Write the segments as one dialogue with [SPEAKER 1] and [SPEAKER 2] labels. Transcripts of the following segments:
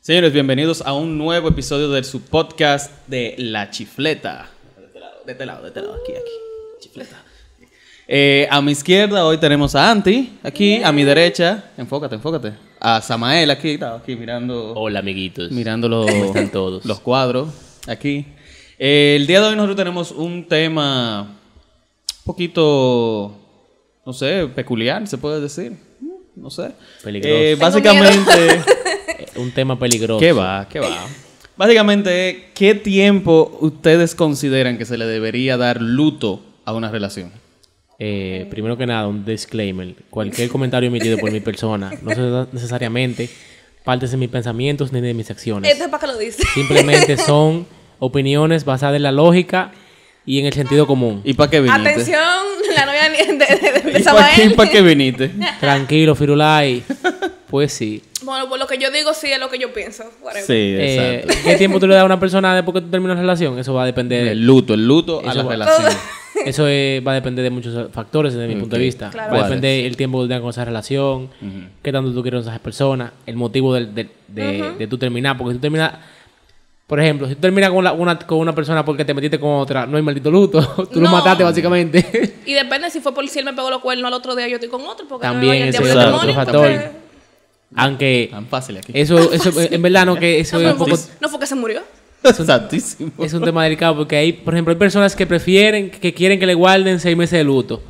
[SPEAKER 1] Señores, bienvenidos a un nuevo episodio de su podcast de La Chifleta. De este lado, de este lado, de este lado, aquí, aquí. Chifleta. Eh, a mi izquierda hoy tenemos a Anti, aquí, a mi derecha, enfócate, enfócate. A Samael aquí, está aquí mirando,
[SPEAKER 2] Hola, amiguitos.
[SPEAKER 1] mirando los,
[SPEAKER 2] están todos?
[SPEAKER 1] los cuadros, aquí. Eh, el día de hoy nosotros tenemos un tema un poquito, no sé, peculiar, se puede decir. No sé.
[SPEAKER 2] Peligroso.
[SPEAKER 1] Eh,
[SPEAKER 2] Tengo
[SPEAKER 1] básicamente...
[SPEAKER 2] Eh, Un tema peligroso.
[SPEAKER 1] ¿Qué va? ¿Qué va? Básicamente, ¿qué tiempo ustedes consideran que se le debería dar luto a una relación?
[SPEAKER 2] Eh, primero que nada, un disclaimer. Cualquier comentario emitido por mi persona no son necesariamente partes de mis pensamientos ni de mis acciones.
[SPEAKER 3] Esto es para que lo dice.
[SPEAKER 2] Simplemente son opiniones basadas en la lógica y en el sentido común.
[SPEAKER 1] ¿Y para qué viniste?
[SPEAKER 3] Atención, la novia de, de, de, de
[SPEAKER 1] ¿Y para qué,
[SPEAKER 3] Samael.
[SPEAKER 1] pa' qué viniste?
[SPEAKER 2] Tranquilo, Firulai. Pues sí.
[SPEAKER 3] Bueno, pues lo que yo digo sí es lo que yo pienso. whatever.
[SPEAKER 1] Sí,
[SPEAKER 2] Eh,
[SPEAKER 1] exacto.
[SPEAKER 2] ¿Qué tiempo tú le das a una persona después que tú terminas la relación? Eso va a depender.
[SPEAKER 1] El luto, el luto a
[SPEAKER 2] eso
[SPEAKER 1] la
[SPEAKER 2] va-
[SPEAKER 1] relación.
[SPEAKER 2] Eso eh, va a depender de muchos factores desde mi punto de
[SPEAKER 1] Ok.
[SPEAKER 2] vista.
[SPEAKER 3] Claro.
[SPEAKER 2] Va a
[SPEAKER 1] ¿Cuáles?
[SPEAKER 2] depender el tiempo que tengas con esa relación, qué tanto tú quieres a esa persona, el motivo del- del- de, de tú terminar. Porque si tú terminas, por ejemplo, si tú terminas con, la- una, con una persona porque te metiste con otra, no hay maldito luto, tú lo
[SPEAKER 3] No.
[SPEAKER 2] mataste básicamente.
[SPEAKER 3] Y depende si fue por si él me pegó los cuernos al otro día yo estoy con otro. Porque
[SPEAKER 2] También
[SPEAKER 3] no me vaya el
[SPEAKER 2] ese
[SPEAKER 3] diablo
[SPEAKER 1] es
[SPEAKER 3] de
[SPEAKER 1] otro
[SPEAKER 3] demonio,
[SPEAKER 2] factor.
[SPEAKER 3] porque-
[SPEAKER 2] Aunque
[SPEAKER 1] Tan fácil aquí.
[SPEAKER 2] eso, eso en verdad no, que eso es un
[SPEAKER 3] No,
[SPEAKER 2] poco...
[SPEAKER 3] fue- no fue que se murió.
[SPEAKER 1] Exactísimo.
[SPEAKER 2] Es un tema delicado porque hay, por ejemplo, hay personas que prefieren, que quieren que le guarden seis meses de luto.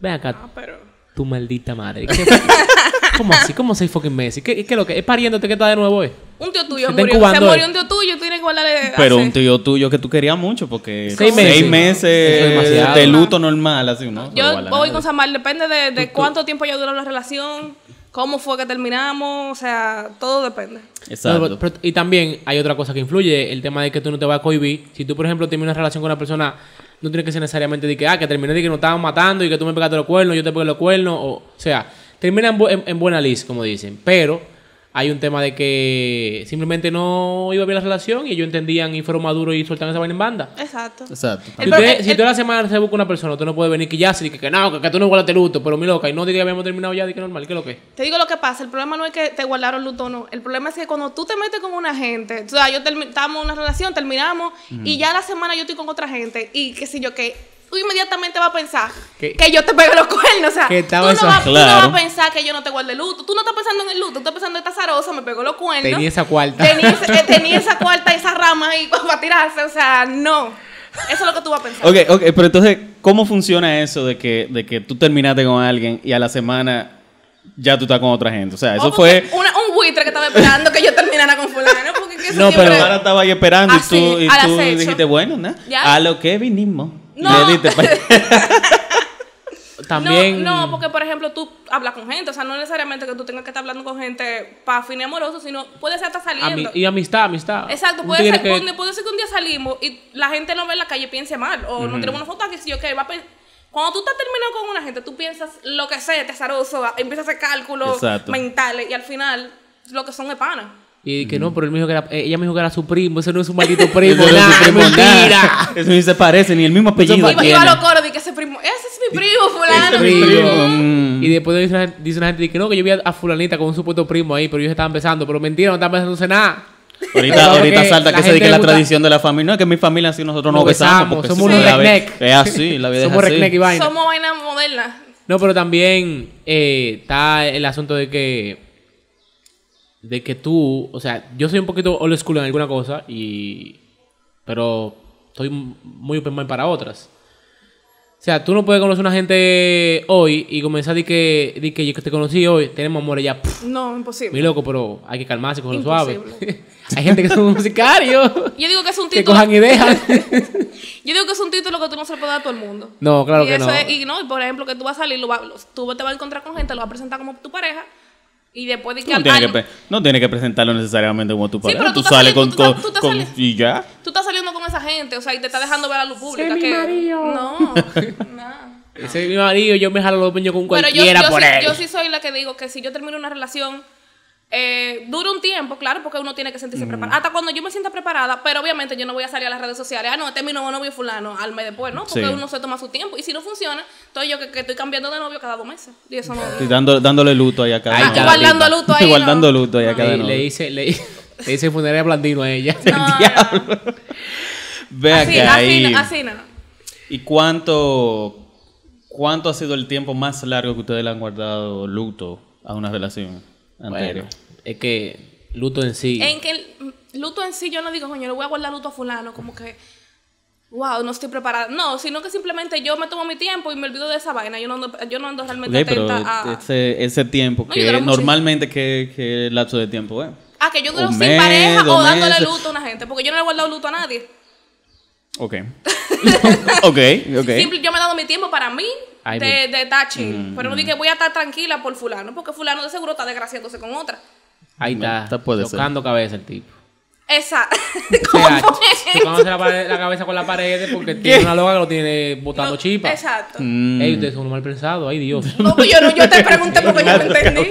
[SPEAKER 2] Ven acá,
[SPEAKER 3] Ah, pero.
[SPEAKER 2] Tu maldita madre. ¿Qué- ¿Cómo así? ¿Cómo seis fucking meses? ¿Qué, qué es lo que? ¿Es pariéndote que está de nuevo, eh?
[SPEAKER 3] Un tío tuyo
[SPEAKER 2] Se está
[SPEAKER 3] murió. Se
[SPEAKER 2] incubando
[SPEAKER 3] murió
[SPEAKER 2] él.
[SPEAKER 3] un tío tuyo, tienes que guardarle.
[SPEAKER 1] Pero
[SPEAKER 3] hace-
[SPEAKER 1] un tío tuyo que tú querías mucho, porque
[SPEAKER 2] Seis
[SPEAKER 1] seis
[SPEAKER 2] meses.
[SPEAKER 1] meses
[SPEAKER 2] Eso es demasiado.
[SPEAKER 1] de luto normal, así, ¿no? No
[SPEAKER 3] Yo
[SPEAKER 1] igual a
[SPEAKER 3] voy
[SPEAKER 1] nadie.
[SPEAKER 3] con Samuel, depende de, de cuánto tiempo ya duró la relación, cómo fue que terminamos, o sea, todo depende.
[SPEAKER 1] Exacto.
[SPEAKER 2] No, pero- y también hay otra cosa que influye, el tema de que tú no te vas a cohibir. Si tú, por ejemplo, tienes una relación con una persona, no tiene que ser necesariamente de que, ah, que terminé de que nos estaban matando y que tú me pegaste los cuernos, yo te pegué los cuernos. O, o sea, termina en, bu- en- en buena list, como dicen. Pero hay un tema de que simplemente no iba bien la relación y ellos entendían y fueron maduros y soltaron esa vaina en banda.
[SPEAKER 3] Exacto.
[SPEAKER 1] Exacto.
[SPEAKER 2] Si
[SPEAKER 3] El
[SPEAKER 2] usted,
[SPEAKER 3] problema-
[SPEAKER 2] si
[SPEAKER 3] el-
[SPEAKER 2] usted la semana se busca una persona, tú no puedes venir que ya sí, que, que no, que, que tú no igualas el luto, pero mi loca, y no diga que habíamos terminado ya, di que normal, que lo que.
[SPEAKER 3] Te digo lo que pasa, el problema no es que te guardaron luto, no. El problema es que cuando tú te metes con una gente, o sea, yo termi- estábamos en una relación, terminamos, y ya la semana yo estoy con otra gente, y qué sé yo, que tú inmediatamente vas a pensar
[SPEAKER 2] Que-
[SPEAKER 3] que yo te pegué los cuernos, o sea,
[SPEAKER 2] Que
[SPEAKER 3] tú,
[SPEAKER 2] estaba
[SPEAKER 3] no vas,
[SPEAKER 2] eso-
[SPEAKER 3] tú no
[SPEAKER 1] Claro.
[SPEAKER 3] vas a pensar que yo no te guardé luto, tú no estás pensando en el luto, tú estás pensando esta zarosa, me pegó los cuernos.
[SPEAKER 2] Tenía esa cuarta.
[SPEAKER 3] Tenía, ese- eh, tenía esa cuarta, esa rama ahí para tirarse, o sea, no. Eso es lo que tú vas a pensar.
[SPEAKER 1] Ok, ok, pero entonces, ¿cómo funciona eso de que, de que tú terminaste con alguien y a la semana ya tú estás con otra gente? O sea, eso
[SPEAKER 3] O
[SPEAKER 1] fue...
[SPEAKER 3] porque una- un buitre que estaba esperando que yo terminara con fulano, porque que eso
[SPEAKER 1] No, pero
[SPEAKER 3] siempre- Ah,
[SPEAKER 1] ahora estaba ahí esperando
[SPEAKER 3] Así,
[SPEAKER 1] y tú, y
[SPEAKER 3] al
[SPEAKER 1] tú
[SPEAKER 3] acecho.
[SPEAKER 1] dijiste, bueno, ¿no?
[SPEAKER 3] Ya.
[SPEAKER 1] a lo que vinimos.
[SPEAKER 3] No.
[SPEAKER 1] Le diste pa-
[SPEAKER 2] También.
[SPEAKER 3] No, no, porque por ejemplo tú hablas con gente, o sea, no necesariamente que tú tengas que estar hablando con gente para fines amorosos, sino puede ser hasta
[SPEAKER 2] Ami-
[SPEAKER 3] saliendo.
[SPEAKER 2] y amistad, amistad.
[SPEAKER 3] Exacto,
[SPEAKER 2] Un
[SPEAKER 3] puede
[SPEAKER 2] tigre
[SPEAKER 3] ser,
[SPEAKER 2] que-
[SPEAKER 3] puede, puede ser que un día salimos y la gente no ve en la calle y piense mal, o no tenemos una foto que si yo que va a pen- Cuando tú estás terminando con una gente, tú piensas lo que sea, tesaroso, va- empiezas a hacer cálculos
[SPEAKER 1] Exacto.
[SPEAKER 3] mentales y al final lo que son es pana.
[SPEAKER 2] Y que no, pero él me dijo que era, eh, ella me dijo que era su primo, ese no es su maldito primo,
[SPEAKER 1] Mm. Eso no es
[SPEAKER 2] nah,
[SPEAKER 1] su primo,
[SPEAKER 2] mentira.
[SPEAKER 1] nada. Eso ni se parece, ni el mismo
[SPEAKER 2] Eso
[SPEAKER 1] apellido
[SPEAKER 2] pa-
[SPEAKER 3] Y va- y
[SPEAKER 1] tiene.
[SPEAKER 3] va a los coros y que ese primo, ese es mi primo, fulano.
[SPEAKER 1] mi
[SPEAKER 2] Primo.
[SPEAKER 1] primo, mm.
[SPEAKER 2] Y después dice una, dice una gente dice que no, que yo vi a, a fulanita con un supuesto primo ahí, pero ellos estaban besando, pero mentira, no estaban besándose nada.
[SPEAKER 1] Ahorita, ahorita
[SPEAKER 2] Porque
[SPEAKER 1] salta
[SPEAKER 2] la
[SPEAKER 1] que se dice
[SPEAKER 2] gente
[SPEAKER 1] que la
[SPEAKER 2] gusta-
[SPEAKER 1] tradición de la familia. No, es que en mi familia así nosotros no
[SPEAKER 2] Nos
[SPEAKER 1] besamos.
[SPEAKER 2] besamos,
[SPEAKER 1] porque
[SPEAKER 2] somos
[SPEAKER 1] si
[SPEAKER 2] unos
[SPEAKER 1] la ve-
[SPEAKER 2] redneck.
[SPEAKER 1] Es así, la vida es
[SPEAKER 2] Somos
[SPEAKER 1] así.
[SPEAKER 2] redneck y vaina.
[SPEAKER 3] Somos vainas modernas.
[SPEAKER 2] No, pero también eh, está el asunto de que de que tú, o sea, yo soy un poquito old school en alguna cosa y pero soy m- muy open mind para otras. O sea, tú no puedes conocer a una gente hoy y comenzar de que de que yo que te conocí hoy, tenemos amor y ya. pff,
[SPEAKER 3] No, imposible.
[SPEAKER 2] mi loco, pero hay que calmarse, cogerlo suave.
[SPEAKER 3] Imposible.
[SPEAKER 2] hay gente que son musicarios
[SPEAKER 3] Yo digo que es un
[SPEAKER 2] que
[SPEAKER 3] título.
[SPEAKER 2] cojan y dejan.
[SPEAKER 3] Yo digo que es un título que tú no se lo puedes dar a todo el mundo.
[SPEAKER 2] No, claro
[SPEAKER 3] y
[SPEAKER 2] que
[SPEAKER 3] eso
[SPEAKER 2] no.
[SPEAKER 3] Es, y no, y por ejemplo, que tú vas a salir, lo va- lo- tú te vas a encontrar con gente, lo vas a presentar como tu pareja y después de
[SPEAKER 1] Tú
[SPEAKER 3] que
[SPEAKER 1] No
[SPEAKER 3] al
[SPEAKER 1] tienes que,
[SPEAKER 3] año-
[SPEAKER 1] pre- no tienes que presentarlo necesariamente como tu pareja.
[SPEAKER 3] pero tú
[SPEAKER 1] tú,
[SPEAKER 3] estás
[SPEAKER 1] sales con,
[SPEAKER 3] saliendo- tú
[SPEAKER 1] con,
[SPEAKER 3] estás- tú estás
[SPEAKER 1] con-
[SPEAKER 3] saliendo-
[SPEAKER 1] y ya.
[SPEAKER 3] tú estás saliendo con esa gente, o sea, y te está dejando ver a luz pública.
[SPEAKER 2] mi
[SPEAKER 3] que,
[SPEAKER 2] marido.
[SPEAKER 3] No, nada.
[SPEAKER 2] Ese es mi marido, yo me jalo los peños con
[SPEAKER 3] Pero yo,
[SPEAKER 2] cualquiera
[SPEAKER 3] yo
[SPEAKER 2] por
[SPEAKER 3] sí,
[SPEAKER 2] él.
[SPEAKER 3] yo sí soy la que digo que si yo termino una relación, eh, dura un tiempo, claro, porque uno tiene que
[SPEAKER 2] Mm.
[SPEAKER 3] sentirse preparado. Hasta cuando yo me sienta preparada, pero obviamente yo no voy a salir a las redes sociales. Ah, no, termino novio fulano al mes después, ¿no? Porque
[SPEAKER 1] Sí.
[SPEAKER 3] uno se toma su tiempo. Y si no funciona, entonces yo que, que estoy cambiando de novio cada dos meses. Y eso no.
[SPEAKER 1] Y dando- dándole luto ahí a cada
[SPEAKER 2] Ay,
[SPEAKER 1] novio.
[SPEAKER 2] guardando
[SPEAKER 3] luto ahí,
[SPEAKER 1] Guardando
[SPEAKER 3] no.
[SPEAKER 1] luto ahí a cada
[SPEAKER 2] le,
[SPEAKER 1] novio.
[SPEAKER 2] le hice, le, Le dice funeraria Blandino a ella.
[SPEAKER 3] No, no.
[SPEAKER 1] Ve
[SPEAKER 3] Ah, Así,
[SPEAKER 1] acá
[SPEAKER 3] así,
[SPEAKER 1] y-
[SPEAKER 3] no, así no.
[SPEAKER 1] ¿Y cuánto, cuánto ha sido el tiempo más largo que ustedes le han guardado luto a una relación anterior?
[SPEAKER 2] Bueno, es que luto en sí.
[SPEAKER 3] En que el luto en sí, yo no digo, coño, le voy a guardar luto a fulano, como que, wow, no estoy preparada. No, sino que simplemente yo me tomo mi tiempo y me olvido de esa vaina. Yo no ando, yo no ando realmente
[SPEAKER 1] Ok, pero este
[SPEAKER 3] atenta a...
[SPEAKER 1] ese, ese tiempo,
[SPEAKER 3] ah. No, yo
[SPEAKER 1] que
[SPEAKER 3] duré mucho.
[SPEAKER 1] normalmente, ¿qué, qué lapso de tiempo es?
[SPEAKER 3] Ah, que yo
[SPEAKER 1] Un
[SPEAKER 3] creo sin
[SPEAKER 1] mes,
[SPEAKER 3] pareja o
[SPEAKER 1] dos
[SPEAKER 3] dándole
[SPEAKER 1] meses.
[SPEAKER 3] luto a una gente, porque yo no le he guardado luto a nadie.
[SPEAKER 1] Ok. ok, ok.
[SPEAKER 3] Simple, yo me he dado mi tiempo para mí
[SPEAKER 2] Ay,
[SPEAKER 3] de, de estar chill.
[SPEAKER 1] Mm,
[SPEAKER 3] pero no dije voy a estar tranquila por fulano, porque fulano de seguro está desgraciándose con otra.
[SPEAKER 2] Ahí está.
[SPEAKER 1] Esta puede ser.
[SPEAKER 2] tocando cabeza el tipo.
[SPEAKER 3] Esa.
[SPEAKER 2] O
[SPEAKER 3] ¿Cómo
[SPEAKER 2] sea,
[SPEAKER 3] es?
[SPEAKER 2] tocándose la, pared- la cabeza con la pared porque tiene una loca que lo tiene botando
[SPEAKER 3] No,
[SPEAKER 2] chipa.
[SPEAKER 3] Exacto.
[SPEAKER 1] Mm.
[SPEAKER 2] Ey, ustedes son mal pensados, ay Dios.
[SPEAKER 3] No, pues yo, no, yo te pregunté porque yo no entendí.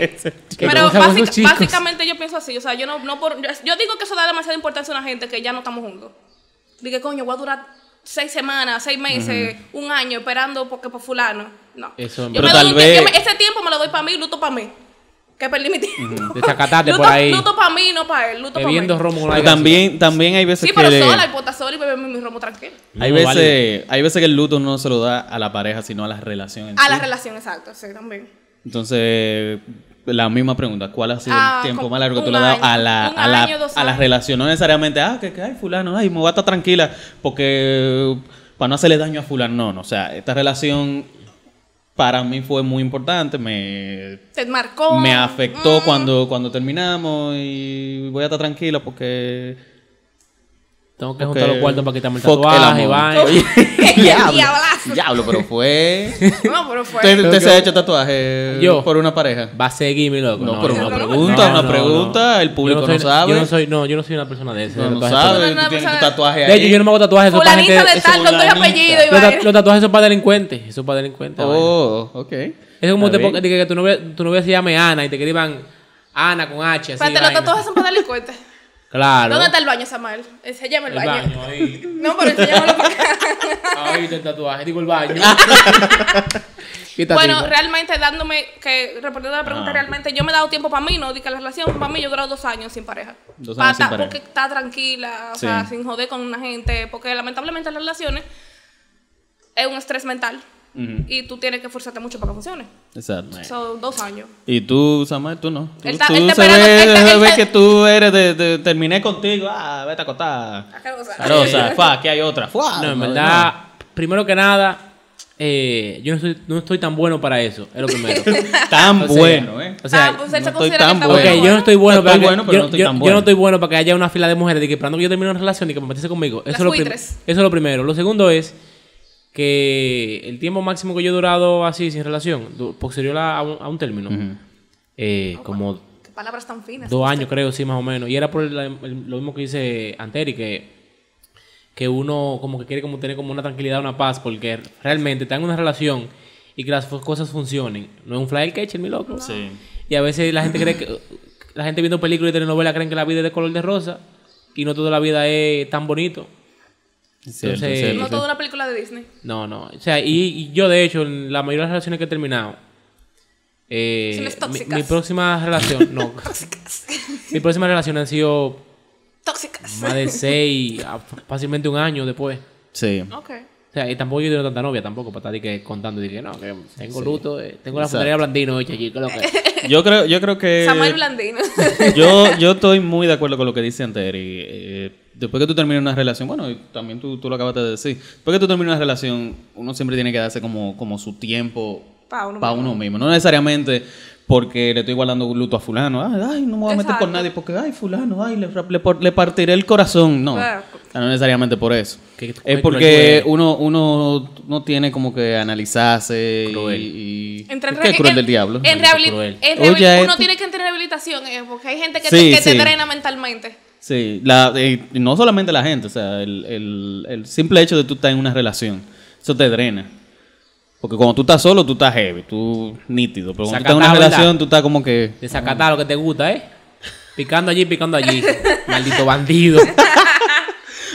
[SPEAKER 2] Que
[SPEAKER 3] Pero
[SPEAKER 2] cosa con
[SPEAKER 3] básica-
[SPEAKER 2] esos chicos.
[SPEAKER 3] básicamente yo pienso así. O sea, yo no, no por, yo- yo digo que eso da demasiada importancia a una gente que ya no estamos juntos. Dije, coño, voy a durar seis semanas, seis meses, un año esperando porque por fulano. No.
[SPEAKER 2] Eso,
[SPEAKER 3] Yo
[SPEAKER 2] pero
[SPEAKER 3] me doy
[SPEAKER 1] tal
[SPEAKER 3] un tie-
[SPEAKER 1] vez-
[SPEAKER 3] yo me- ese tiempo me lo doy para mí, luto para mí. Que perdí mi tiempo.
[SPEAKER 2] Desacatate
[SPEAKER 3] luto,
[SPEAKER 2] por ahí.
[SPEAKER 3] Luto para mí, no para él. Luto para mí.
[SPEAKER 2] Bebiendo romo con la
[SPEAKER 1] Pero también, también hay veces que...
[SPEAKER 3] Sí, pero
[SPEAKER 1] le-
[SPEAKER 3] sola, y pota sola y beberme mi romo tranquilo.
[SPEAKER 1] hay,
[SPEAKER 2] No,
[SPEAKER 1] veces,
[SPEAKER 2] vale.
[SPEAKER 1] hay veces que el luto no se lo da a la pareja, sino a las relaciones.
[SPEAKER 3] A la relación, exacto, sí, también.
[SPEAKER 1] Entonces, la misma pregunta, ¿cuál ha sido
[SPEAKER 3] Ah,
[SPEAKER 1] el tiempo
[SPEAKER 3] con-
[SPEAKER 1] más largo que tú
[SPEAKER 3] un
[SPEAKER 1] le has dado a
[SPEAKER 3] año,
[SPEAKER 1] la,
[SPEAKER 3] un
[SPEAKER 1] a, la,
[SPEAKER 3] año, dos
[SPEAKER 1] a la
[SPEAKER 3] años.
[SPEAKER 1] relación? No necesariamente, ah, que, que ay, fulano, ay, me voy a estar tranquila porque para no hacerle daño a fulano. No, no, o sea, esta relación para mí fue muy importante, me,
[SPEAKER 3] Te marcó.
[SPEAKER 1] me afectó
[SPEAKER 3] Oh, Mm.
[SPEAKER 1] cuando, cuando terminamos y voy a estar tranquila porque...
[SPEAKER 2] Tengo que
[SPEAKER 1] porque
[SPEAKER 2] juntar los cuartos para quitarme el
[SPEAKER 1] fuck
[SPEAKER 2] tatuaje,
[SPEAKER 1] amor.
[SPEAKER 2] vaina.
[SPEAKER 1] Oye, Diablo,
[SPEAKER 3] Diablazo.
[SPEAKER 1] diablo, pero fue...
[SPEAKER 3] No, pero fue.
[SPEAKER 1] ¿Usted, usted
[SPEAKER 2] Creo
[SPEAKER 1] se
[SPEAKER 2] que-
[SPEAKER 1] ha hecho tatuaje
[SPEAKER 2] Yo.
[SPEAKER 1] por una pareja?
[SPEAKER 2] Va a seguir mi loco.
[SPEAKER 1] No, pero
[SPEAKER 3] no,
[SPEAKER 1] una
[SPEAKER 3] no,
[SPEAKER 1] pregunta,
[SPEAKER 2] no,
[SPEAKER 1] una
[SPEAKER 2] no,
[SPEAKER 1] pregunta,
[SPEAKER 2] no.
[SPEAKER 1] el público
[SPEAKER 2] Yo soy-
[SPEAKER 1] no sabe.
[SPEAKER 2] Yo no soy, no, yo no soy una persona de ese.
[SPEAKER 1] No,
[SPEAKER 2] de
[SPEAKER 1] no
[SPEAKER 2] tatuajes
[SPEAKER 1] sabe,
[SPEAKER 3] No, no,
[SPEAKER 1] tú tienes
[SPEAKER 3] no,
[SPEAKER 1] tu
[SPEAKER 3] sabe.
[SPEAKER 1] tatuaje
[SPEAKER 2] De
[SPEAKER 1] ahí.
[SPEAKER 2] hecho, yo no me hago tatuajes. Eso es para gente.
[SPEAKER 3] Fulanita de
[SPEAKER 2] eso-
[SPEAKER 3] tal, con dos
[SPEAKER 1] fulanita.
[SPEAKER 3] apellidos. y
[SPEAKER 2] Los, ta-
[SPEAKER 3] vaina.
[SPEAKER 2] los tatuajes son para delincuentes. Eso es para delincuentes. vaina.
[SPEAKER 1] Oh, ok.
[SPEAKER 2] Es como
[SPEAKER 1] Está
[SPEAKER 2] te
[SPEAKER 1] bien.
[SPEAKER 2] ponga- de que, que tu, novia, tu novia se llame Ana y te escriban Ana con H. Así,
[SPEAKER 3] Espérate, los
[SPEAKER 2] vaina.
[SPEAKER 3] tatuajes son para darle cuenta.
[SPEAKER 2] Claro.
[SPEAKER 3] ¿Dónde está el baño, Samuel? Enséñame el,
[SPEAKER 2] el
[SPEAKER 3] baño.
[SPEAKER 2] baño? Ahí.
[SPEAKER 3] No, pero enséñamelo para acá.
[SPEAKER 2] Ahí está el tatuaje. Digo el baño. Quita,
[SPEAKER 3] Bueno,
[SPEAKER 2] tipo.
[SPEAKER 3] realmente dándome, que respondiendo a la pregunta,
[SPEAKER 1] Ah.
[SPEAKER 3] realmente yo me he dado tiempo para mí, ¿no? De que la relación para mí yo he durado dos años sin pareja.
[SPEAKER 1] Dos años sin
[SPEAKER 3] Pa- ta-
[SPEAKER 1] pareja.
[SPEAKER 3] Porque está tranquila, o sea,
[SPEAKER 1] Sí.
[SPEAKER 3] sin joder con una gente, porque lamentablemente las relaciones es un estrés mental
[SPEAKER 1] Ujú,
[SPEAKER 3] y tú tienes que esforzarte mucho para que funcione.
[SPEAKER 1] Exacto.
[SPEAKER 3] Son dos años.
[SPEAKER 1] Y tú, Samuel, tú no. Tú,
[SPEAKER 3] Él está-
[SPEAKER 1] tú
[SPEAKER 3] él está
[SPEAKER 1] se
[SPEAKER 3] esperando-
[SPEAKER 1] ve,
[SPEAKER 3] él está-
[SPEAKER 1] se
[SPEAKER 3] él
[SPEAKER 1] ve
[SPEAKER 3] está-
[SPEAKER 1] que tú eres de, de- terminé contigo, ah, vete a acostar.
[SPEAKER 3] Acarosa.
[SPEAKER 1] Carosa, fa, aquí hay otra. Fuá,
[SPEAKER 2] No, en verdad, primero que nada, eh, yo no estoy, no estoy tan bueno para eso. Es lo primero.
[SPEAKER 1] no. Tan
[SPEAKER 2] O sea,
[SPEAKER 1] bueno, eh.
[SPEAKER 2] O sea,
[SPEAKER 3] ah, pues él
[SPEAKER 1] no
[SPEAKER 3] se
[SPEAKER 1] estoy
[SPEAKER 3] considera
[SPEAKER 1] tan
[SPEAKER 3] que está
[SPEAKER 1] bueno.
[SPEAKER 2] ok, yo no estoy bueno,
[SPEAKER 1] No estoy
[SPEAKER 2] para
[SPEAKER 1] bueno,
[SPEAKER 2] que,
[SPEAKER 1] pero
[SPEAKER 2] yo,
[SPEAKER 1] no estoy
[SPEAKER 2] yo-
[SPEAKER 1] tan
[SPEAKER 2] yo
[SPEAKER 1] bueno.
[SPEAKER 2] no estoy bueno para que haya una fila de mujeres de que esperando que yo termine una relación y que me metiese conmigo. Eso
[SPEAKER 3] Las
[SPEAKER 2] es lo, prim-
[SPEAKER 3] buitres.
[SPEAKER 2] eso es lo primero. Lo segundo es que el tiempo máximo que yo he durado así sin relación, du- posterior a, a un, a un término, eh, como
[SPEAKER 3] Qué palabras tan finas.
[SPEAKER 2] dos años creo, sí, más o menos. Y era por el- el- lo mismo que dice Anteri, que, que uno como que quiere como tener como una tranquilidad, una paz, porque realmente está en una relación y que las fu- cosas funcionen. No es un flyer catcher, mi loco.
[SPEAKER 1] Sí.
[SPEAKER 2] Y a veces la gente cree que... La gente viendo películas y telenovelas creen que la vida es de color de rosa y no toda la vida es tan bonito.
[SPEAKER 1] Es cierto, es
[SPEAKER 2] Entonces-
[SPEAKER 1] cierto,
[SPEAKER 3] No
[SPEAKER 1] sí.
[SPEAKER 3] toda una película de Disney.
[SPEAKER 2] No, no. O sea, y, y yo de hecho, en la mayoría de las relaciones que he terminado... eh,
[SPEAKER 3] Son las
[SPEAKER 2] mi-
[SPEAKER 3] tóxicas.
[SPEAKER 2] mi, próxima relación... No. mi próxima relación han sido
[SPEAKER 3] Tóxicas.
[SPEAKER 2] más de seis, a- fácilmente un año después.
[SPEAKER 1] Sí.
[SPEAKER 3] Ok.
[SPEAKER 2] O sea, y tampoco yo tengo tanta novia tampoco para estar de que contando y de que no, que tengo luto, eh, tengo la
[SPEAKER 1] Exacto.
[SPEAKER 2] funeraria blandino, oye, chico, lo que.
[SPEAKER 1] Yo creo, yo creo que.
[SPEAKER 3] Samuel Blandino.
[SPEAKER 1] yo, yo estoy muy de acuerdo con lo que dice Anteri. Eh, después que tú terminas una relación, bueno, y también tú, tú lo acabas de decir, después que tú terminas una relación, uno siempre tiene que darse como, como su tiempo
[SPEAKER 3] Pa' uno
[SPEAKER 1] para uno mismo. No necesariamente porque le estoy guardando un luto a fulano. Ay, ay, no me voy a meter
[SPEAKER 3] Exacto.
[SPEAKER 1] con nadie porque, ay, fulano, ay, le, le, le partiré el corazón. No,
[SPEAKER 3] Claro.
[SPEAKER 1] no necesariamente por eso.
[SPEAKER 2] Qué- qué
[SPEAKER 1] es
[SPEAKER 2] cruel
[SPEAKER 1] porque
[SPEAKER 2] tú eres.
[SPEAKER 1] uno, uno no tiene como que analizarse y-
[SPEAKER 2] Cruel.
[SPEAKER 1] y...
[SPEAKER 3] Entre en
[SPEAKER 1] qué
[SPEAKER 3] re-
[SPEAKER 1] cruel
[SPEAKER 3] en-
[SPEAKER 1] del diablo.
[SPEAKER 3] En
[SPEAKER 2] Maldito
[SPEAKER 3] rehabili-
[SPEAKER 2] cruel.
[SPEAKER 3] en
[SPEAKER 1] Oye,
[SPEAKER 3] rehabili- uno
[SPEAKER 1] esto-
[SPEAKER 3] tiene que entrar en rehabilitación eh, porque hay gente que,
[SPEAKER 1] Sí,
[SPEAKER 3] te, que te
[SPEAKER 1] sí.
[SPEAKER 3] drena mentalmente.
[SPEAKER 1] Sí, la, eh, y no solamente la gente, o sea, el, el- el simple hecho de tú estar en una relación, eso te drena. Porque cuando tú estás solo, tú estás heavy, tú nítido. Pero cuando tú estás en una
[SPEAKER 2] Sacatado, ¿verdad?
[SPEAKER 1] relación, tú estás como que...
[SPEAKER 2] Desacatá lo que te gusta, ¿eh? Picando allí, picando allí. Maldito bandido.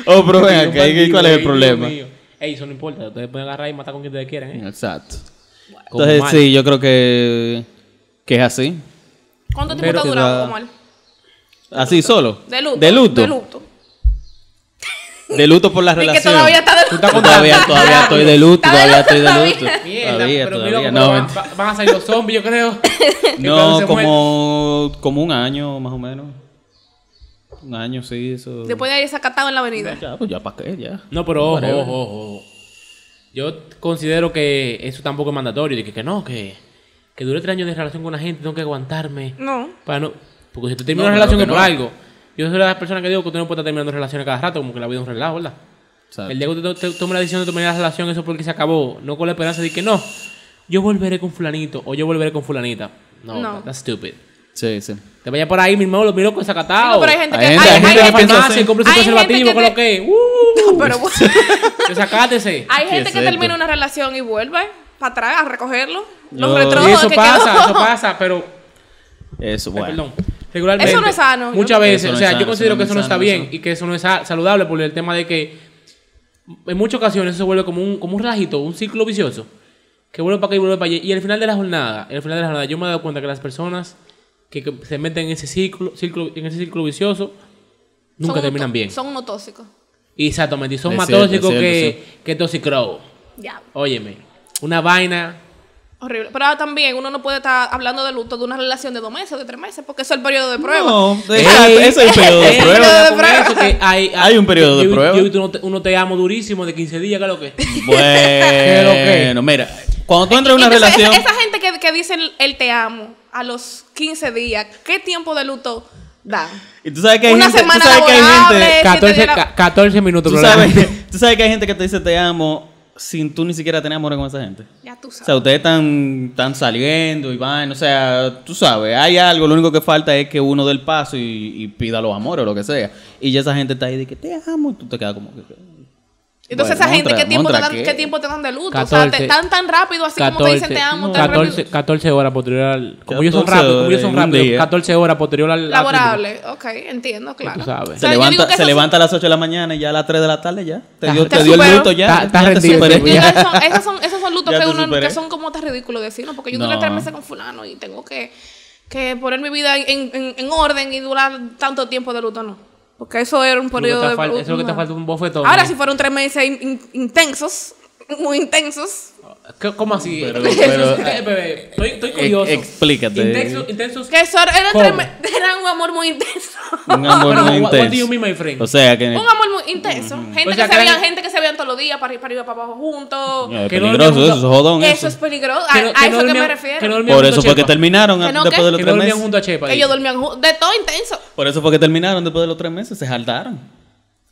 [SPEAKER 1] Oh, pero ven
[SPEAKER 2] Maldito
[SPEAKER 1] acá, ¿y
[SPEAKER 2] bandido,
[SPEAKER 1] ¿cuál es el
[SPEAKER 2] ey,
[SPEAKER 1] problema?
[SPEAKER 2] Dios mío. Ey, eso no importa, ustedes pueden agarrar y matar con quien ustedes quieran, ¿eh?
[SPEAKER 1] Exacto.
[SPEAKER 2] Como
[SPEAKER 1] Entonces,
[SPEAKER 2] mal.
[SPEAKER 1] sí, yo creo que, que es así.
[SPEAKER 3] ¿Cuánto
[SPEAKER 2] Pero
[SPEAKER 3] tiempo te ha
[SPEAKER 1] que
[SPEAKER 3] durado,
[SPEAKER 1] da-
[SPEAKER 3] Omar?
[SPEAKER 1] Así solo.
[SPEAKER 3] De luto.
[SPEAKER 1] De luto.
[SPEAKER 3] De luto.
[SPEAKER 1] De luto por la
[SPEAKER 3] Y que
[SPEAKER 1] relación.
[SPEAKER 3] todavía está de
[SPEAKER 2] Tú
[SPEAKER 3] luto.
[SPEAKER 2] estás
[SPEAKER 1] Yo todavía, todavía estoy de luto,
[SPEAKER 3] Está de
[SPEAKER 1] todavía estoy de
[SPEAKER 3] todavía.
[SPEAKER 1] luto.
[SPEAKER 2] Mierda,
[SPEAKER 1] Todavía,
[SPEAKER 2] pero mira
[SPEAKER 1] todavía.
[SPEAKER 2] cómo
[SPEAKER 1] No,
[SPEAKER 2] van,
[SPEAKER 1] ment-
[SPEAKER 2] va- van a salir los zombies, yo creo.
[SPEAKER 1] no,
[SPEAKER 2] Entonces,
[SPEAKER 3] pues,
[SPEAKER 1] como, como un año más o menos. Un año, sí, eso.
[SPEAKER 3] Después de ahí sacatado en la avenida.
[SPEAKER 1] Ya, pues ya para qué, ya.
[SPEAKER 2] No, pero ojo,
[SPEAKER 1] Whatever.
[SPEAKER 2] ojo, ojo. Yo considero que eso tampoco es mandatorio. De que, que no, que, que duré tres años de relación con una gente, tengo que aguantarme.
[SPEAKER 3] No.
[SPEAKER 2] Para no, porque si tú terminas
[SPEAKER 1] No,
[SPEAKER 2] una relación
[SPEAKER 1] claro
[SPEAKER 2] es
[SPEAKER 1] que
[SPEAKER 2] por
[SPEAKER 1] no.
[SPEAKER 2] algo. Yo soy de las personas que digo que tú no puedes estar terminando relaciones cada rato, como que la vida es un relajo, ¿verdad?
[SPEAKER 1] O sea,
[SPEAKER 2] El día que usted to- tome la decisión de terminar la relación, eso es porque se acabó. No con la esperanza de que no, yo volveré con fulanito o yo volveré con fulanita. No,
[SPEAKER 3] No.
[SPEAKER 2] that's stupid.
[SPEAKER 1] sí, sí.
[SPEAKER 2] Te vaya por ahí, mi hermano, lo miro con sacatado.
[SPEAKER 3] Digo, pero hay gente
[SPEAKER 1] Hay
[SPEAKER 3] que.
[SPEAKER 1] gente- hay
[SPEAKER 3] hay,
[SPEAKER 1] gente
[SPEAKER 3] hay
[SPEAKER 1] que
[SPEAKER 2] Vete a la
[SPEAKER 1] piensa
[SPEAKER 3] gente-
[SPEAKER 2] farmacia,
[SPEAKER 1] así.
[SPEAKER 2] compre su
[SPEAKER 3] Hay gente
[SPEAKER 2] preservativo,
[SPEAKER 3] que
[SPEAKER 2] con lo
[SPEAKER 3] te-
[SPEAKER 2] que. ¡Uh!
[SPEAKER 3] Pero bueno.
[SPEAKER 2] Te sacátese.
[SPEAKER 3] Hay
[SPEAKER 1] ¿Qué
[SPEAKER 3] gente
[SPEAKER 1] es
[SPEAKER 3] que
[SPEAKER 1] esto?
[SPEAKER 3] termina una relación y vuelve para atrás a recogerlo. Los
[SPEAKER 1] No.
[SPEAKER 3] retrodos
[SPEAKER 2] Y eso
[SPEAKER 3] que
[SPEAKER 2] pasa,
[SPEAKER 3] quedó.
[SPEAKER 2] eso pasa, pero.
[SPEAKER 1] Eso,
[SPEAKER 2] ay,
[SPEAKER 1] bueno.
[SPEAKER 2] Perdón. Regularmente.
[SPEAKER 3] Eso no es sano.
[SPEAKER 2] Muchas
[SPEAKER 3] Yo-
[SPEAKER 2] veces,
[SPEAKER 1] Eso no
[SPEAKER 2] o
[SPEAKER 1] es
[SPEAKER 2] sea,
[SPEAKER 1] sano,
[SPEAKER 2] yo
[SPEAKER 1] eso
[SPEAKER 2] considero
[SPEAKER 1] no
[SPEAKER 2] que
[SPEAKER 1] es
[SPEAKER 2] eso no está
[SPEAKER 1] sano,
[SPEAKER 2] bien
[SPEAKER 1] eso.
[SPEAKER 2] y que eso no es sa- saludable por el tema de que en muchas ocasiones eso se vuelve como un, como un rajito, un ciclo vicioso. Que vuelve para acá y vuelve para allá. Y al final de la jornada, al final de la jornada, yo me he dado cuenta que las personas que, que se meten en ese ciclo, ciclo- en ese ciclo vicioso nunca
[SPEAKER 3] Son
[SPEAKER 2] terminan
[SPEAKER 3] uno-
[SPEAKER 2] bien.
[SPEAKER 3] Son unos tóxicos.
[SPEAKER 2] Y Exactamente, y son
[SPEAKER 1] Es
[SPEAKER 2] más
[SPEAKER 1] cierto, es
[SPEAKER 2] tóxicos
[SPEAKER 1] cierto, es
[SPEAKER 2] que, que Toxicrow.
[SPEAKER 3] Ya.
[SPEAKER 2] Óyeme, una vaina.
[SPEAKER 3] Horrible. Pero ahora también uno no puede estar hablando de luto de una relación de dos meses o de tres meses porque eso es el periodo de prueba.
[SPEAKER 1] No, exacto, ese es el periodo de
[SPEAKER 2] Ey,
[SPEAKER 1] prueba.
[SPEAKER 2] cuidado con eso, que hay,
[SPEAKER 1] Hay un periodo de
[SPEAKER 2] yo- yo-
[SPEAKER 1] prueba.
[SPEAKER 2] yo- uno, te, uno te amo durísimo de 15 días, claro que.
[SPEAKER 1] Bueno, mira, cuando tú entras en una
[SPEAKER 3] Entonces,
[SPEAKER 1] relación.
[SPEAKER 3] Esa, esa gente que, que dice el, el te amo a los 15 días, ¿qué tiempo de luto da?
[SPEAKER 1] Y tú sabes que hay
[SPEAKER 3] Una
[SPEAKER 1] gente. Tú
[SPEAKER 3] semana
[SPEAKER 1] sabes que hay
[SPEAKER 3] laborable.
[SPEAKER 1] gente.
[SPEAKER 3] Eh, si
[SPEAKER 2] 14,
[SPEAKER 3] te diera-
[SPEAKER 2] ca- 14 minutos,
[SPEAKER 1] Tú
[SPEAKER 2] probablemente.
[SPEAKER 1] sabes, tú sabes que hay gente que te dice te amo sin tú ni siquiera tener amor con esa gente.
[SPEAKER 3] Ya tú sabes.
[SPEAKER 1] O sea, ustedes están, están saliendo y van, o sea, tú sabes, hay algo, lo único que falta es que uno dé el paso y, y pida los amores o lo que sea. Y ya esa gente está ahí de que te amo y tú te quedas como que...
[SPEAKER 3] Entonces
[SPEAKER 1] Bueno,
[SPEAKER 3] esa gente, ¿qué
[SPEAKER 1] montra-
[SPEAKER 3] tiempo, te
[SPEAKER 1] montra,
[SPEAKER 3] dan, ¿qué?
[SPEAKER 1] ¿qué?
[SPEAKER 3] tiempo te dan de luto? o sea,
[SPEAKER 2] 14,
[SPEAKER 3] te dan tan rápido así como te dicen te amo,
[SPEAKER 1] Mm.
[SPEAKER 3] tan
[SPEAKER 2] 14,
[SPEAKER 3] rápido.
[SPEAKER 2] 14 horas posterior al. Como yo son
[SPEAKER 1] 14
[SPEAKER 2] rápido, como yo son
[SPEAKER 1] horas en un
[SPEAKER 2] rápido.
[SPEAKER 1] día.
[SPEAKER 2] 14 horas posterior al.
[SPEAKER 3] Laborable, ok, entiendo, claro.
[SPEAKER 2] tú sabes.
[SPEAKER 3] O
[SPEAKER 1] Pues Se
[SPEAKER 3] sea, yo digo
[SPEAKER 1] levanta,
[SPEAKER 3] que
[SPEAKER 1] se
[SPEAKER 3] eso-
[SPEAKER 1] levanta a las 8 de la mañana y ya a las 3 de la tarde ya. Te
[SPEAKER 2] Ajá.
[SPEAKER 1] dio,
[SPEAKER 2] Te
[SPEAKER 1] te dio el
[SPEAKER 3] superó.
[SPEAKER 1] luto ya.
[SPEAKER 2] Está- está
[SPEAKER 1] ya te
[SPEAKER 2] rendido,
[SPEAKER 1] superé.
[SPEAKER 3] Yo digo que son- esos, son, esos son lutos
[SPEAKER 1] Ya
[SPEAKER 3] que,
[SPEAKER 1] te
[SPEAKER 3] uno,
[SPEAKER 1] superé.
[SPEAKER 3] que son como tan ridículos decirlo, porque yo
[SPEAKER 1] No.
[SPEAKER 3] duré tres meses con fulano y tengo que, que poner mi vida en, en- en orden y durar tanto tiempo de luto, no. Porque eso era un
[SPEAKER 2] Lo que te
[SPEAKER 3] periodo de
[SPEAKER 2] fal- eso
[SPEAKER 3] luto.
[SPEAKER 2] es lo que te
[SPEAKER 3] no.
[SPEAKER 2] falta un bofetón.
[SPEAKER 3] Ahora
[SPEAKER 2] ¿no?
[SPEAKER 3] si fueron tres meses in- in- intensos, muy intensos.
[SPEAKER 2] ¿Qué- ¿Cómo así?
[SPEAKER 1] Pero-
[SPEAKER 2] Estoy-
[SPEAKER 1] pero-
[SPEAKER 2] eh, bebé, estoy, estoy curioso.
[SPEAKER 1] explícate.
[SPEAKER 2] Intenso, intensos.
[SPEAKER 3] Que eso era,
[SPEAKER 2] ¿Cómo?
[SPEAKER 3] tres me- era un amor muy intenso.
[SPEAKER 1] Un amor
[SPEAKER 2] Pero,
[SPEAKER 1] muy
[SPEAKER 2] what- what do you mean,
[SPEAKER 1] intenso.
[SPEAKER 2] my friend?
[SPEAKER 1] O sea que...
[SPEAKER 3] Un amor muy intenso. Gente,
[SPEAKER 2] O sea,
[SPEAKER 3] que
[SPEAKER 2] que
[SPEAKER 3] se veían,
[SPEAKER 2] eran-
[SPEAKER 3] gente que se veían todos los días para ir para arriba para abajo juntos.
[SPEAKER 1] eh,
[SPEAKER 2] que no
[SPEAKER 1] peligroso
[SPEAKER 2] dormían
[SPEAKER 1] eso, jodón
[SPEAKER 3] eso
[SPEAKER 1] eso.
[SPEAKER 3] es peligroso. A,
[SPEAKER 2] Que no-
[SPEAKER 3] a eso que
[SPEAKER 2] dormían- que
[SPEAKER 3] me
[SPEAKER 2] no
[SPEAKER 3] refiero.
[SPEAKER 2] dormían
[SPEAKER 1] Por
[SPEAKER 2] junto
[SPEAKER 1] eso
[SPEAKER 2] a
[SPEAKER 1] fue que
[SPEAKER 2] Chepa.
[SPEAKER 1] terminaron
[SPEAKER 3] ¿Que no
[SPEAKER 1] después
[SPEAKER 3] qué?
[SPEAKER 1] de los
[SPEAKER 2] Que
[SPEAKER 1] 3
[SPEAKER 2] dormían
[SPEAKER 1] meses.
[SPEAKER 2] junto a Chepa.
[SPEAKER 3] Ellos dormían ju- de todo intenso.
[SPEAKER 1] Por eso fue que terminaron después de los 3 meses, se jaltaron.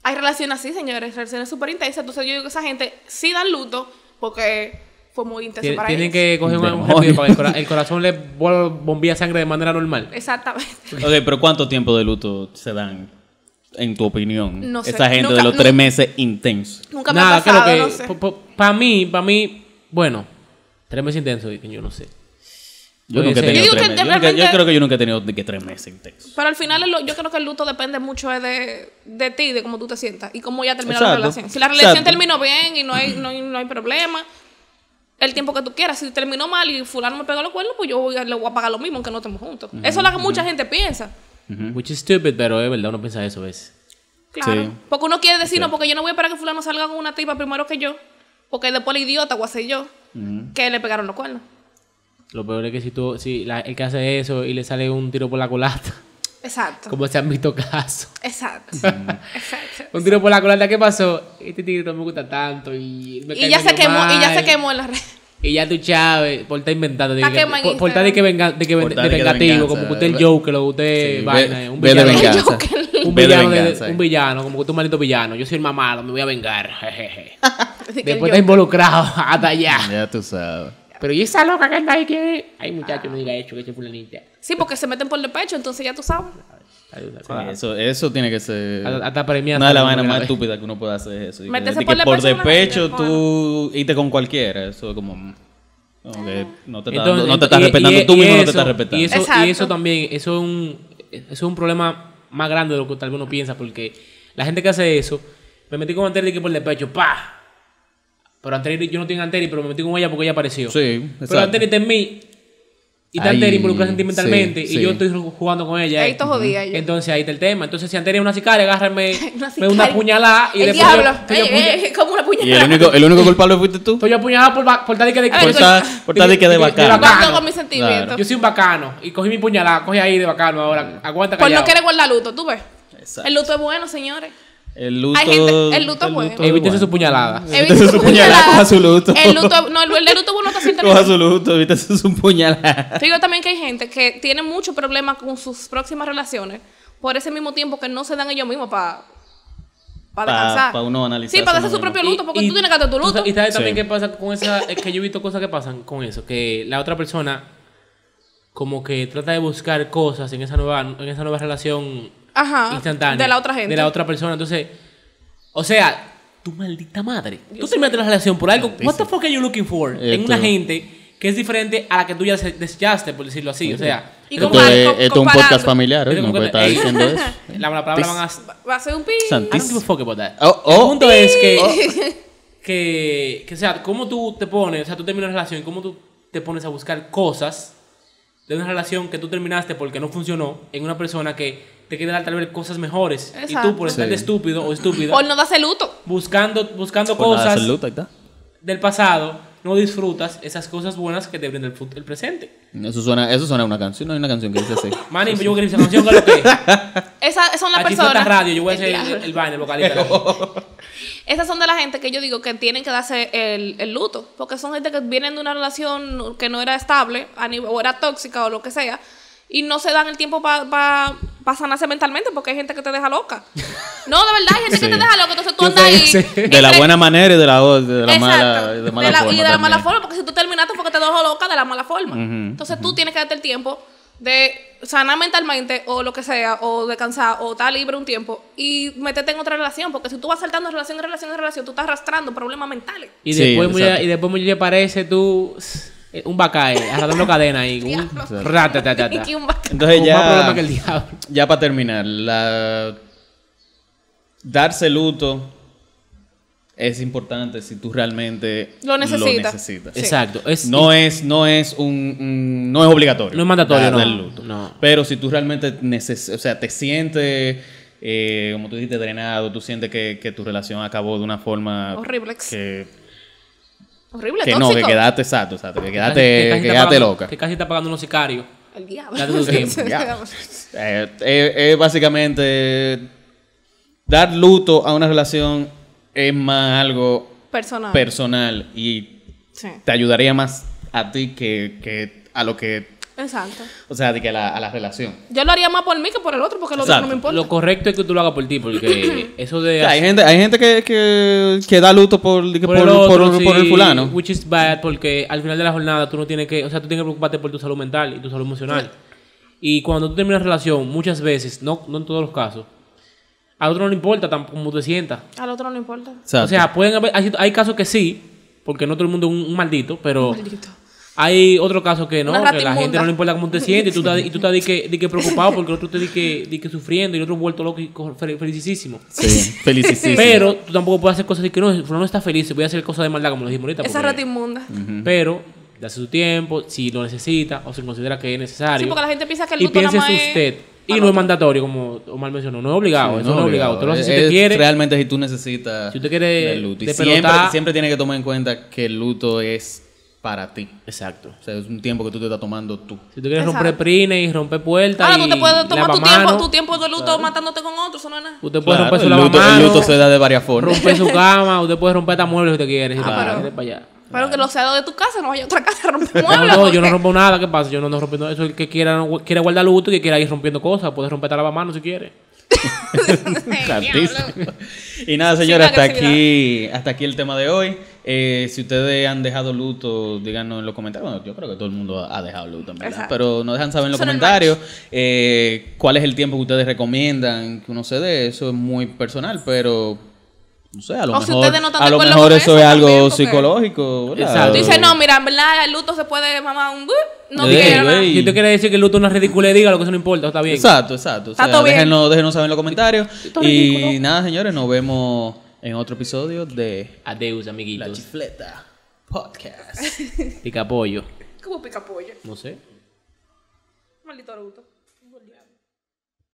[SPEAKER 3] Hay relaciones así, señores, relaciones súper intensas. Entonces yo digo que esa gente sí dan luto porque fue muy intenso
[SPEAKER 2] Tien-
[SPEAKER 3] para
[SPEAKER 2] Tienen
[SPEAKER 3] ellos.
[SPEAKER 2] que coger un- un
[SPEAKER 1] Demonio.
[SPEAKER 2] rápido para que el, cora- el corazón le vuelva- bombea sangre de manera normal.
[SPEAKER 3] Exactamente.
[SPEAKER 1] Ok, pero ¿cuánto tiempo de luto se dan, en tu opinión?
[SPEAKER 3] No sé,
[SPEAKER 1] Esa gente
[SPEAKER 3] nunca-
[SPEAKER 1] de los
[SPEAKER 3] nu-
[SPEAKER 1] tres meses intensos.
[SPEAKER 3] Nunca me
[SPEAKER 2] Nada,
[SPEAKER 3] ha pasado,
[SPEAKER 2] creo
[SPEAKER 3] no
[SPEAKER 2] que.
[SPEAKER 3] sé.
[SPEAKER 2] Para mí, para mí, bueno, tres meses intensos, y que yo no sé.
[SPEAKER 1] Yo
[SPEAKER 2] Puede
[SPEAKER 1] nunca he
[SPEAKER 2] ser.
[SPEAKER 1] tenido
[SPEAKER 3] Yo digo
[SPEAKER 1] tres
[SPEAKER 3] que
[SPEAKER 1] meses. Yo,
[SPEAKER 3] de
[SPEAKER 1] nunca- yo
[SPEAKER 3] repente-
[SPEAKER 1] creo que yo nunca he tenido de que tres meses intensos.
[SPEAKER 3] Pero al final el lo- yo creo que el luto depende mucho es de, de ti, de cómo tú te sientas y cómo ya terminó la
[SPEAKER 1] Exacto.
[SPEAKER 3] relación. Si la relación
[SPEAKER 1] Exacto.
[SPEAKER 3] terminó bien y no hay, no, hay, no hay problema, el tiempo que tú quieras, si terminó mal y fulano me pegó los cuernos, pues yo voy a- le voy a pagar lo mismo aunque no estemos juntos. Eso es lo que mucha gente piensa.
[SPEAKER 1] Mm.
[SPEAKER 2] Which is stupid, pero es verdad, uno piensa eso a veces.
[SPEAKER 3] Claro.
[SPEAKER 1] Sí.
[SPEAKER 3] Porque uno quiere decir, no, porque yo no voy a esperar que fulano salga con una tipa primero que yo, porque después la idiota voy a ser yo, que le pegaron los cuernos.
[SPEAKER 2] Lo peor es que si tú, si la- el que hace eso y le sale un tiro por la culata,
[SPEAKER 3] Exacto.
[SPEAKER 2] como se han visto casos.
[SPEAKER 3] Exacto.
[SPEAKER 1] Mm.
[SPEAKER 3] Exacto.
[SPEAKER 2] Un tiro por la culata, ¿qué pasó? Este tiro no me gusta tanto y me
[SPEAKER 3] Y
[SPEAKER 2] cae
[SPEAKER 3] ya se
[SPEAKER 2] medio
[SPEAKER 3] quemó, y ya
[SPEAKER 2] mal.
[SPEAKER 3] se quemó en la red.
[SPEAKER 2] Y ya tú, Chávez, por estar inventando. de
[SPEAKER 3] Está
[SPEAKER 2] que-
[SPEAKER 3] quemado en
[SPEAKER 2] por, por estar de que, venga, de que ven-
[SPEAKER 1] Por estar
[SPEAKER 2] de
[SPEAKER 1] de que de
[SPEAKER 2] vengativo,
[SPEAKER 1] venganza,
[SPEAKER 2] como que usted el
[SPEAKER 1] ve-
[SPEAKER 2] Joker, lo que usted
[SPEAKER 1] Sí,
[SPEAKER 2] vaina,
[SPEAKER 1] ve-
[SPEAKER 2] un
[SPEAKER 1] ve de
[SPEAKER 2] villano.
[SPEAKER 1] venganza.
[SPEAKER 2] Un
[SPEAKER 1] Ve de
[SPEAKER 2] villano, de-
[SPEAKER 1] venganza,
[SPEAKER 2] un
[SPEAKER 1] eh.
[SPEAKER 2] villano, como que usted es un maldito villano. Yo soy el más malo, me voy a vengar. jejeje.
[SPEAKER 3] Así que
[SPEAKER 2] Después
[SPEAKER 3] yo-
[SPEAKER 2] está involucrado hasta allá.
[SPEAKER 1] Ya tú sabes.
[SPEAKER 2] Pero ¿y esa loca que anda ahí que Ay, muchacho, no diga eso, que ese fulanita.
[SPEAKER 3] Sí, porque se meten por el pecho, entonces ya tú sabes.
[SPEAKER 2] Ayuda,
[SPEAKER 1] Sí, eso, eso tiene que ser...
[SPEAKER 2] Hasta- hasta premiar
[SPEAKER 1] Una de las
[SPEAKER 2] hasta
[SPEAKER 1] vainas
[SPEAKER 2] una
[SPEAKER 1] más
[SPEAKER 2] vez.
[SPEAKER 1] estúpidas que uno puede hacer es eso. Y que-
[SPEAKER 3] Meterse
[SPEAKER 1] de
[SPEAKER 3] por
[SPEAKER 1] que
[SPEAKER 3] la
[SPEAKER 1] por
[SPEAKER 3] persona,
[SPEAKER 1] despecho
[SPEAKER 3] bueno.
[SPEAKER 1] tú irte con cualquiera. Eso es como... mm, como que no te, estás-
[SPEAKER 2] Entonces,
[SPEAKER 1] no te
[SPEAKER 2] y-
[SPEAKER 1] estás
[SPEAKER 2] y-
[SPEAKER 1] respetando.
[SPEAKER 2] y-
[SPEAKER 1] tú
[SPEAKER 2] y
[SPEAKER 1] mismo no te
[SPEAKER 2] eso-
[SPEAKER 1] estás respetando.
[SPEAKER 2] Y eso, y
[SPEAKER 3] Exacto.
[SPEAKER 2] eso también, eso es, un, eso es un problema más grande de lo que tal vez uno piensa, porque la gente que hace eso, me metí con Anteri que por el pecho, ¡pa! Pero Anteri, yo no tengo Anteri, pero me metí con ella porque ella apareció.
[SPEAKER 1] Sí,
[SPEAKER 2] Pero
[SPEAKER 1] exacto.
[SPEAKER 2] Anteri está en mí. Y está Anteri
[SPEAKER 1] Ay,
[SPEAKER 2] involucrada sentimentalmente
[SPEAKER 1] sí,
[SPEAKER 2] y
[SPEAKER 1] sí.
[SPEAKER 2] yo estoy jugando con ella.
[SPEAKER 3] Ahí
[SPEAKER 2] eh.
[SPEAKER 3] te jodía yo.
[SPEAKER 2] Entonces ahí está el tema. Entonces si Anteri es una sicaria, agárrame
[SPEAKER 3] Una
[SPEAKER 2] me una
[SPEAKER 3] sicaria.
[SPEAKER 2] puñalada y
[SPEAKER 3] el
[SPEAKER 2] después yo-
[SPEAKER 3] diablo.
[SPEAKER 2] pues yo,
[SPEAKER 3] Ey,
[SPEAKER 2] puña-
[SPEAKER 3] ey, como una
[SPEAKER 1] Y el
[SPEAKER 3] puñalada.
[SPEAKER 1] único, el único culpable fuiste tú.
[SPEAKER 2] pues yo apuñalada por, ba- por tal de que de
[SPEAKER 3] A ver,
[SPEAKER 1] Por
[SPEAKER 3] coño.
[SPEAKER 1] estar, por estar de que de
[SPEAKER 2] Yo- yo- yo- yo-
[SPEAKER 1] bacano.
[SPEAKER 3] Jugando
[SPEAKER 2] Bacano.
[SPEAKER 3] con mis sentimientos.
[SPEAKER 2] Yo soy un bacano y cogí mi puñalada, coge ahí de bacano ahora. Aguanta
[SPEAKER 3] Por
[SPEAKER 2] callado.
[SPEAKER 3] no querer guardar luto, tú ves.
[SPEAKER 1] Exacto.
[SPEAKER 3] El luto es bueno, señores.
[SPEAKER 1] El luto.
[SPEAKER 3] Hay gente- el luto es bueno.
[SPEAKER 1] es
[SPEAKER 2] Evítese su
[SPEAKER 1] bueno.
[SPEAKER 2] puñalada.
[SPEAKER 1] Evítese su puñalada, coja su luto.
[SPEAKER 3] El luto, no, el, el de luto bueno está siendo
[SPEAKER 1] Coja su luto, evítese su puñalada.
[SPEAKER 3] Te digo también que hay gente que tiene muchos problemas con sus próximas relaciones por ese mismo tiempo que no se dan ellos mismos para
[SPEAKER 1] Pa-
[SPEAKER 3] descansar.
[SPEAKER 1] pa uno analizarse
[SPEAKER 3] Sí, para hacer su
[SPEAKER 1] uno mismo.
[SPEAKER 3] propio luto, porque tú tienes que hacer tu luto.
[SPEAKER 2] Y sabes también
[SPEAKER 1] Sí.
[SPEAKER 2] qué pasa con esa. Es que yo he visto cosas que pasan con eso. Que la otra persona, como que trata de buscar cosas en esa nueva, en esa nueva relación
[SPEAKER 3] Ajá.
[SPEAKER 2] instantánea.
[SPEAKER 3] Ah, De la otra gente.
[SPEAKER 2] De la otra persona. Entonces, o sea, tu maldita madre. Tú terminaste la relación por algo. What the fuck are you looking for?
[SPEAKER 1] Eh,
[SPEAKER 2] en una
[SPEAKER 1] tú.
[SPEAKER 2] gente que es diferente a la que tú ya se- desechaste, por decirlo así. O sea,
[SPEAKER 3] Y
[SPEAKER 1] Esto
[SPEAKER 3] como al-
[SPEAKER 1] es,
[SPEAKER 3] co-
[SPEAKER 1] esto es un podcast
[SPEAKER 3] comparando.
[SPEAKER 1] familiar, ¿eh?
[SPEAKER 2] es
[SPEAKER 1] No
[SPEAKER 2] como
[SPEAKER 1] puede
[SPEAKER 2] que-
[SPEAKER 1] estar
[SPEAKER 2] ey,
[SPEAKER 1] diciendo eso.
[SPEAKER 2] La, la palabra van a.
[SPEAKER 3] Va a ser un pi.
[SPEAKER 1] Sant-
[SPEAKER 2] I don't give a fuck about that.
[SPEAKER 1] Oh, oh.
[SPEAKER 2] El punto es que, que, que, o sea, cómo tú te pones, o sea, tú terminas una relación, cómo tú te pones a buscar cosas de una relación que tú terminaste porque no funcionó en una persona que te quiere dar tal vez cosas mejores y tú
[SPEAKER 3] Exacto.
[SPEAKER 2] por estar
[SPEAKER 1] Sí.
[SPEAKER 2] de estúpido o estúpida
[SPEAKER 3] Por no darse luto.
[SPEAKER 2] buscando buscando
[SPEAKER 1] Por nada,
[SPEAKER 2] cosas
[SPEAKER 1] el luto, ahí está.
[SPEAKER 2] del pasado no disfrutas esas cosas buenas que te brinda el, fut- el presente.
[SPEAKER 1] Eso suena, eso suena a una canción. No hay una canción que dice así.
[SPEAKER 2] Manny, yo voy a esa canción, ¿qué es lo que?
[SPEAKER 3] Esas esas son las
[SPEAKER 2] Aquí
[SPEAKER 3] personas.
[SPEAKER 2] está radio, yo voy a ser
[SPEAKER 3] El diablo.
[SPEAKER 2] el, el baile, el vocalista.
[SPEAKER 3] Esas son de la gente que yo digo que tienen que darse el, el luto, porque son gente que vienen de una relación que no era estable, a nivel- o era tóxica o lo que sea, y no se dan el tiempo para sanarse mentalmente, porque hay gente que te deja loca. No, de verdad, hay gente que
[SPEAKER 1] Sí.
[SPEAKER 3] te deja loca, entonces tú
[SPEAKER 2] Yo
[SPEAKER 3] andas
[SPEAKER 2] sé,
[SPEAKER 3] ahí.
[SPEAKER 2] sí.
[SPEAKER 1] De la
[SPEAKER 3] entre-
[SPEAKER 1] buena manera y de la, de la
[SPEAKER 3] Exacto,
[SPEAKER 1] mala, de mala
[SPEAKER 3] la-
[SPEAKER 1] forma.
[SPEAKER 3] Y de la mala
[SPEAKER 1] también.
[SPEAKER 3] forma, porque si tú terminaste porque te dejó loca de la mala forma.
[SPEAKER 1] Ujú,
[SPEAKER 3] Entonces tú tienes que darte el tiempo de sanar mentalmente o lo que sea, o descansar, o estar libre un tiempo y meterte en otra relación, porque si tú vas saltando de relación en relación en relación, tú estás arrastrando problemas mentales.
[SPEAKER 2] Y
[SPEAKER 1] Sí,
[SPEAKER 2] después, muy,
[SPEAKER 1] exacto.
[SPEAKER 2] y después muy aparece tú eh, un bacae, arrastrando cadena ahí.
[SPEAKER 1] Uh,
[SPEAKER 2] Un
[SPEAKER 3] Diablo.
[SPEAKER 2] ratatatata.
[SPEAKER 3] Y un vaca-
[SPEAKER 1] Entonces
[SPEAKER 2] Con
[SPEAKER 1] ya.
[SPEAKER 2] más problema que el diablo.
[SPEAKER 1] Ya para terminar, la... darse luto es importante si tú realmente
[SPEAKER 3] Lo necesitas.
[SPEAKER 1] necesitas.
[SPEAKER 3] Sí.
[SPEAKER 2] Exacto. Es,
[SPEAKER 1] No es, no es un, un- no es obligatorio.
[SPEAKER 2] No es mandatorio,
[SPEAKER 1] dar
[SPEAKER 2] no.
[SPEAKER 1] el luto.
[SPEAKER 2] No.
[SPEAKER 1] Pero si tú realmente neces o sea, te sientes, eh, como tú dijiste, drenado, tú sientes que, que tu relación acabó de una forma
[SPEAKER 3] Horrible.
[SPEAKER 1] que,
[SPEAKER 3] Horrible,
[SPEAKER 1] que no,
[SPEAKER 3] tóxico.
[SPEAKER 1] que quedaste exacto, exacto, que
[SPEAKER 2] casi-
[SPEAKER 1] quedaste,
[SPEAKER 2] casi
[SPEAKER 1] que
[SPEAKER 2] está
[SPEAKER 1] quedaste
[SPEAKER 2] pagando-
[SPEAKER 1] loca.
[SPEAKER 2] Que casi está pagando unos sicarios.
[SPEAKER 3] El diablo.
[SPEAKER 2] Date tu tiempo.
[SPEAKER 1] Ya. Eh, eh, eh, básicamente dar luto a una relación es más algo
[SPEAKER 3] Personal.
[SPEAKER 1] personal y
[SPEAKER 3] Sí.
[SPEAKER 1] te ayudaría más a ti que, que a lo que,
[SPEAKER 3] Exacto.
[SPEAKER 1] o sea, de que a la, a la relación.
[SPEAKER 3] Yo lo haría más por mí que por el otro, porque el otro
[SPEAKER 1] Exacto.
[SPEAKER 3] no me importa.
[SPEAKER 2] Lo correcto es que tú lo hagas por ti, porque eso de.
[SPEAKER 1] O sea, hay gente, hay gente que, que, que da luto por, de que por, por,
[SPEAKER 2] otro,
[SPEAKER 1] por el
[SPEAKER 2] sí,
[SPEAKER 1] fulano.
[SPEAKER 2] Which is bad, porque al final de la jornada tú no tienes que. O sea, tú tienes que preocuparte por tu salud mental y tu salud emocional. Y cuando tú terminas relación, muchas veces, no, no en todos los casos, a otro no le importa tampoco cómo te sientas.
[SPEAKER 3] Al otro no le importa.
[SPEAKER 1] Exacto.
[SPEAKER 2] O sea, pueden haber, hay, hay casos que sí, porque no todo el mundo es un, un maldito, pero
[SPEAKER 3] Maldito.
[SPEAKER 2] hay otro caso que no,
[SPEAKER 3] Una
[SPEAKER 2] que
[SPEAKER 3] rata
[SPEAKER 2] la gente
[SPEAKER 3] inmunda.
[SPEAKER 2] no le importa cómo te sientes y tú estás, y tú estás de, que, de que preocupado porque el otro te di que, di que sufriendo y el otro vuelto loco y co- fel- felicísimo.
[SPEAKER 1] sí, felicísimo.
[SPEAKER 2] Pero tú tampoco puedes hacer cosas de que no, fulano está feliz, voy a hacer cosas de maldad como lo dijimos ahorita.
[SPEAKER 3] Esa
[SPEAKER 2] porque-
[SPEAKER 3] rata inmunda.
[SPEAKER 1] Mm.
[SPEAKER 2] Pero, dase su tiempo, si lo necesita o si considera que es necesario.
[SPEAKER 3] Sí, porque la gente piensa que el
[SPEAKER 2] y
[SPEAKER 3] luto nada
[SPEAKER 2] piense
[SPEAKER 3] más es
[SPEAKER 2] usted. Y
[SPEAKER 3] para
[SPEAKER 2] no es
[SPEAKER 3] otro.
[SPEAKER 2] mandatorio, como Omar mencionó, no es obligado,
[SPEAKER 1] Sí,
[SPEAKER 2] eso no es obligado. Tú lo haces si
[SPEAKER 1] Ah, Es-
[SPEAKER 2] te quiere.
[SPEAKER 1] Realmente si tú necesitas
[SPEAKER 2] Si usted quiere
[SPEAKER 1] del luto. Y
[SPEAKER 2] despelotar-
[SPEAKER 1] siempre, siempre tienes que tomar en cuenta que el luto es para ti.
[SPEAKER 2] Exacto.
[SPEAKER 1] O sea, es un tiempo que tú te estás tomando tú.
[SPEAKER 2] Si tú quieres
[SPEAKER 3] Exacto.
[SPEAKER 2] romper prines y romper puertas.
[SPEAKER 3] Ahora tú te
[SPEAKER 2] y
[SPEAKER 3] puedes tomar tu
[SPEAKER 2] lavamanos,
[SPEAKER 3] tiempo, tu tiempo de luto matándote con otro, eso no es nada.
[SPEAKER 2] Usted puede
[SPEAKER 1] Claro,
[SPEAKER 2] romper su
[SPEAKER 1] el, luto, el
[SPEAKER 2] lavamanos,
[SPEAKER 1] luto se da de varias formas.
[SPEAKER 2] romper su cama, usted puede romper hasta muebles si usted quiere. si
[SPEAKER 3] Ah,
[SPEAKER 2] para-
[SPEAKER 3] pero-
[SPEAKER 2] vete para allá.
[SPEAKER 3] Pero que lo sea de tu casa, no vaya a otra casa a romper
[SPEAKER 2] No,
[SPEAKER 3] muebles.
[SPEAKER 2] no, yo no
[SPEAKER 3] porque-
[SPEAKER 2] rompo nada, ¿qué pasa? Yo no ando rompiendo eso. El que quiera, no- quiera guardar luto y que quiera ir rompiendo cosas, puede romper hasta lavamanos si quiere.
[SPEAKER 1] Santísimo. Y nada, señores,
[SPEAKER 3] Sin
[SPEAKER 1] hasta
[SPEAKER 3] agresividad.
[SPEAKER 1] aquí, hasta aquí el tema de hoy. Eh, si ustedes han dejado luto, díganos en los comentarios. Bueno, yo creo que todo el mundo ha dejado luto, en verdad.
[SPEAKER 3] Exacto.
[SPEAKER 1] Pero nos dejan saber en los
[SPEAKER 3] Son el
[SPEAKER 1] comentarios eh, cuál es el tiempo que ustedes recomiendan que uno se dé. Eso es muy personal, pero no sé, a lo
[SPEAKER 3] O si
[SPEAKER 1] mejor,
[SPEAKER 3] ustedes no están
[SPEAKER 1] a
[SPEAKER 3] de
[SPEAKER 1] lo
[SPEAKER 3] acuerdo
[SPEAKER 1] mejor
[SPEAKER 3] con
[SPEAKER 1] eso
[SPEAKER 3] eso
[SPEAKER 1] es
[SPEAKER 3] también,
[SPEAKER 1] algo
[SPEAKER 3] porque-
[SPEAKER 1] psicológico. ¿verdad?
[SPEAKER 2] Exacto.
[SPEAKER 3] Tú dices, no, mira, en verdad, el luto se puede mamar un... uh, No
[SPEAKER 1] Ey,
[SPEAKER 3] quiero nada.
[SPEAKER 1] ey.
[SPEAKER 2] Si usted quiere decir que el luto es una ridícula, dígalo, que eso no importa, está bien.
[SPEAKER 1] Exacto, exacto. O
[SPEAKER 3] Está
[SPEAKER 1] sea,
[SPEAKER 3] todo bien.
[SPEAKER 1] déjenos, déjenos saber en los comentarios.
[SPEAKER 2] Está
[SPEAKER 1] Y
[SPEAKER 2] ridículo.
[SPEAKER 1] nada, señores, nos vemos en otro episodio de
[SPEAKER 2] Adeus, amiguitos.
[SPEAKER 1] La Chifleta Podcast.
[SPEAKER 2] Pica pollo.
[SPEAKER 3] Como pica pollo.
[SPEAKER 2] No sé.
[SPEAKER 3] gordito, Luto. Un gordito.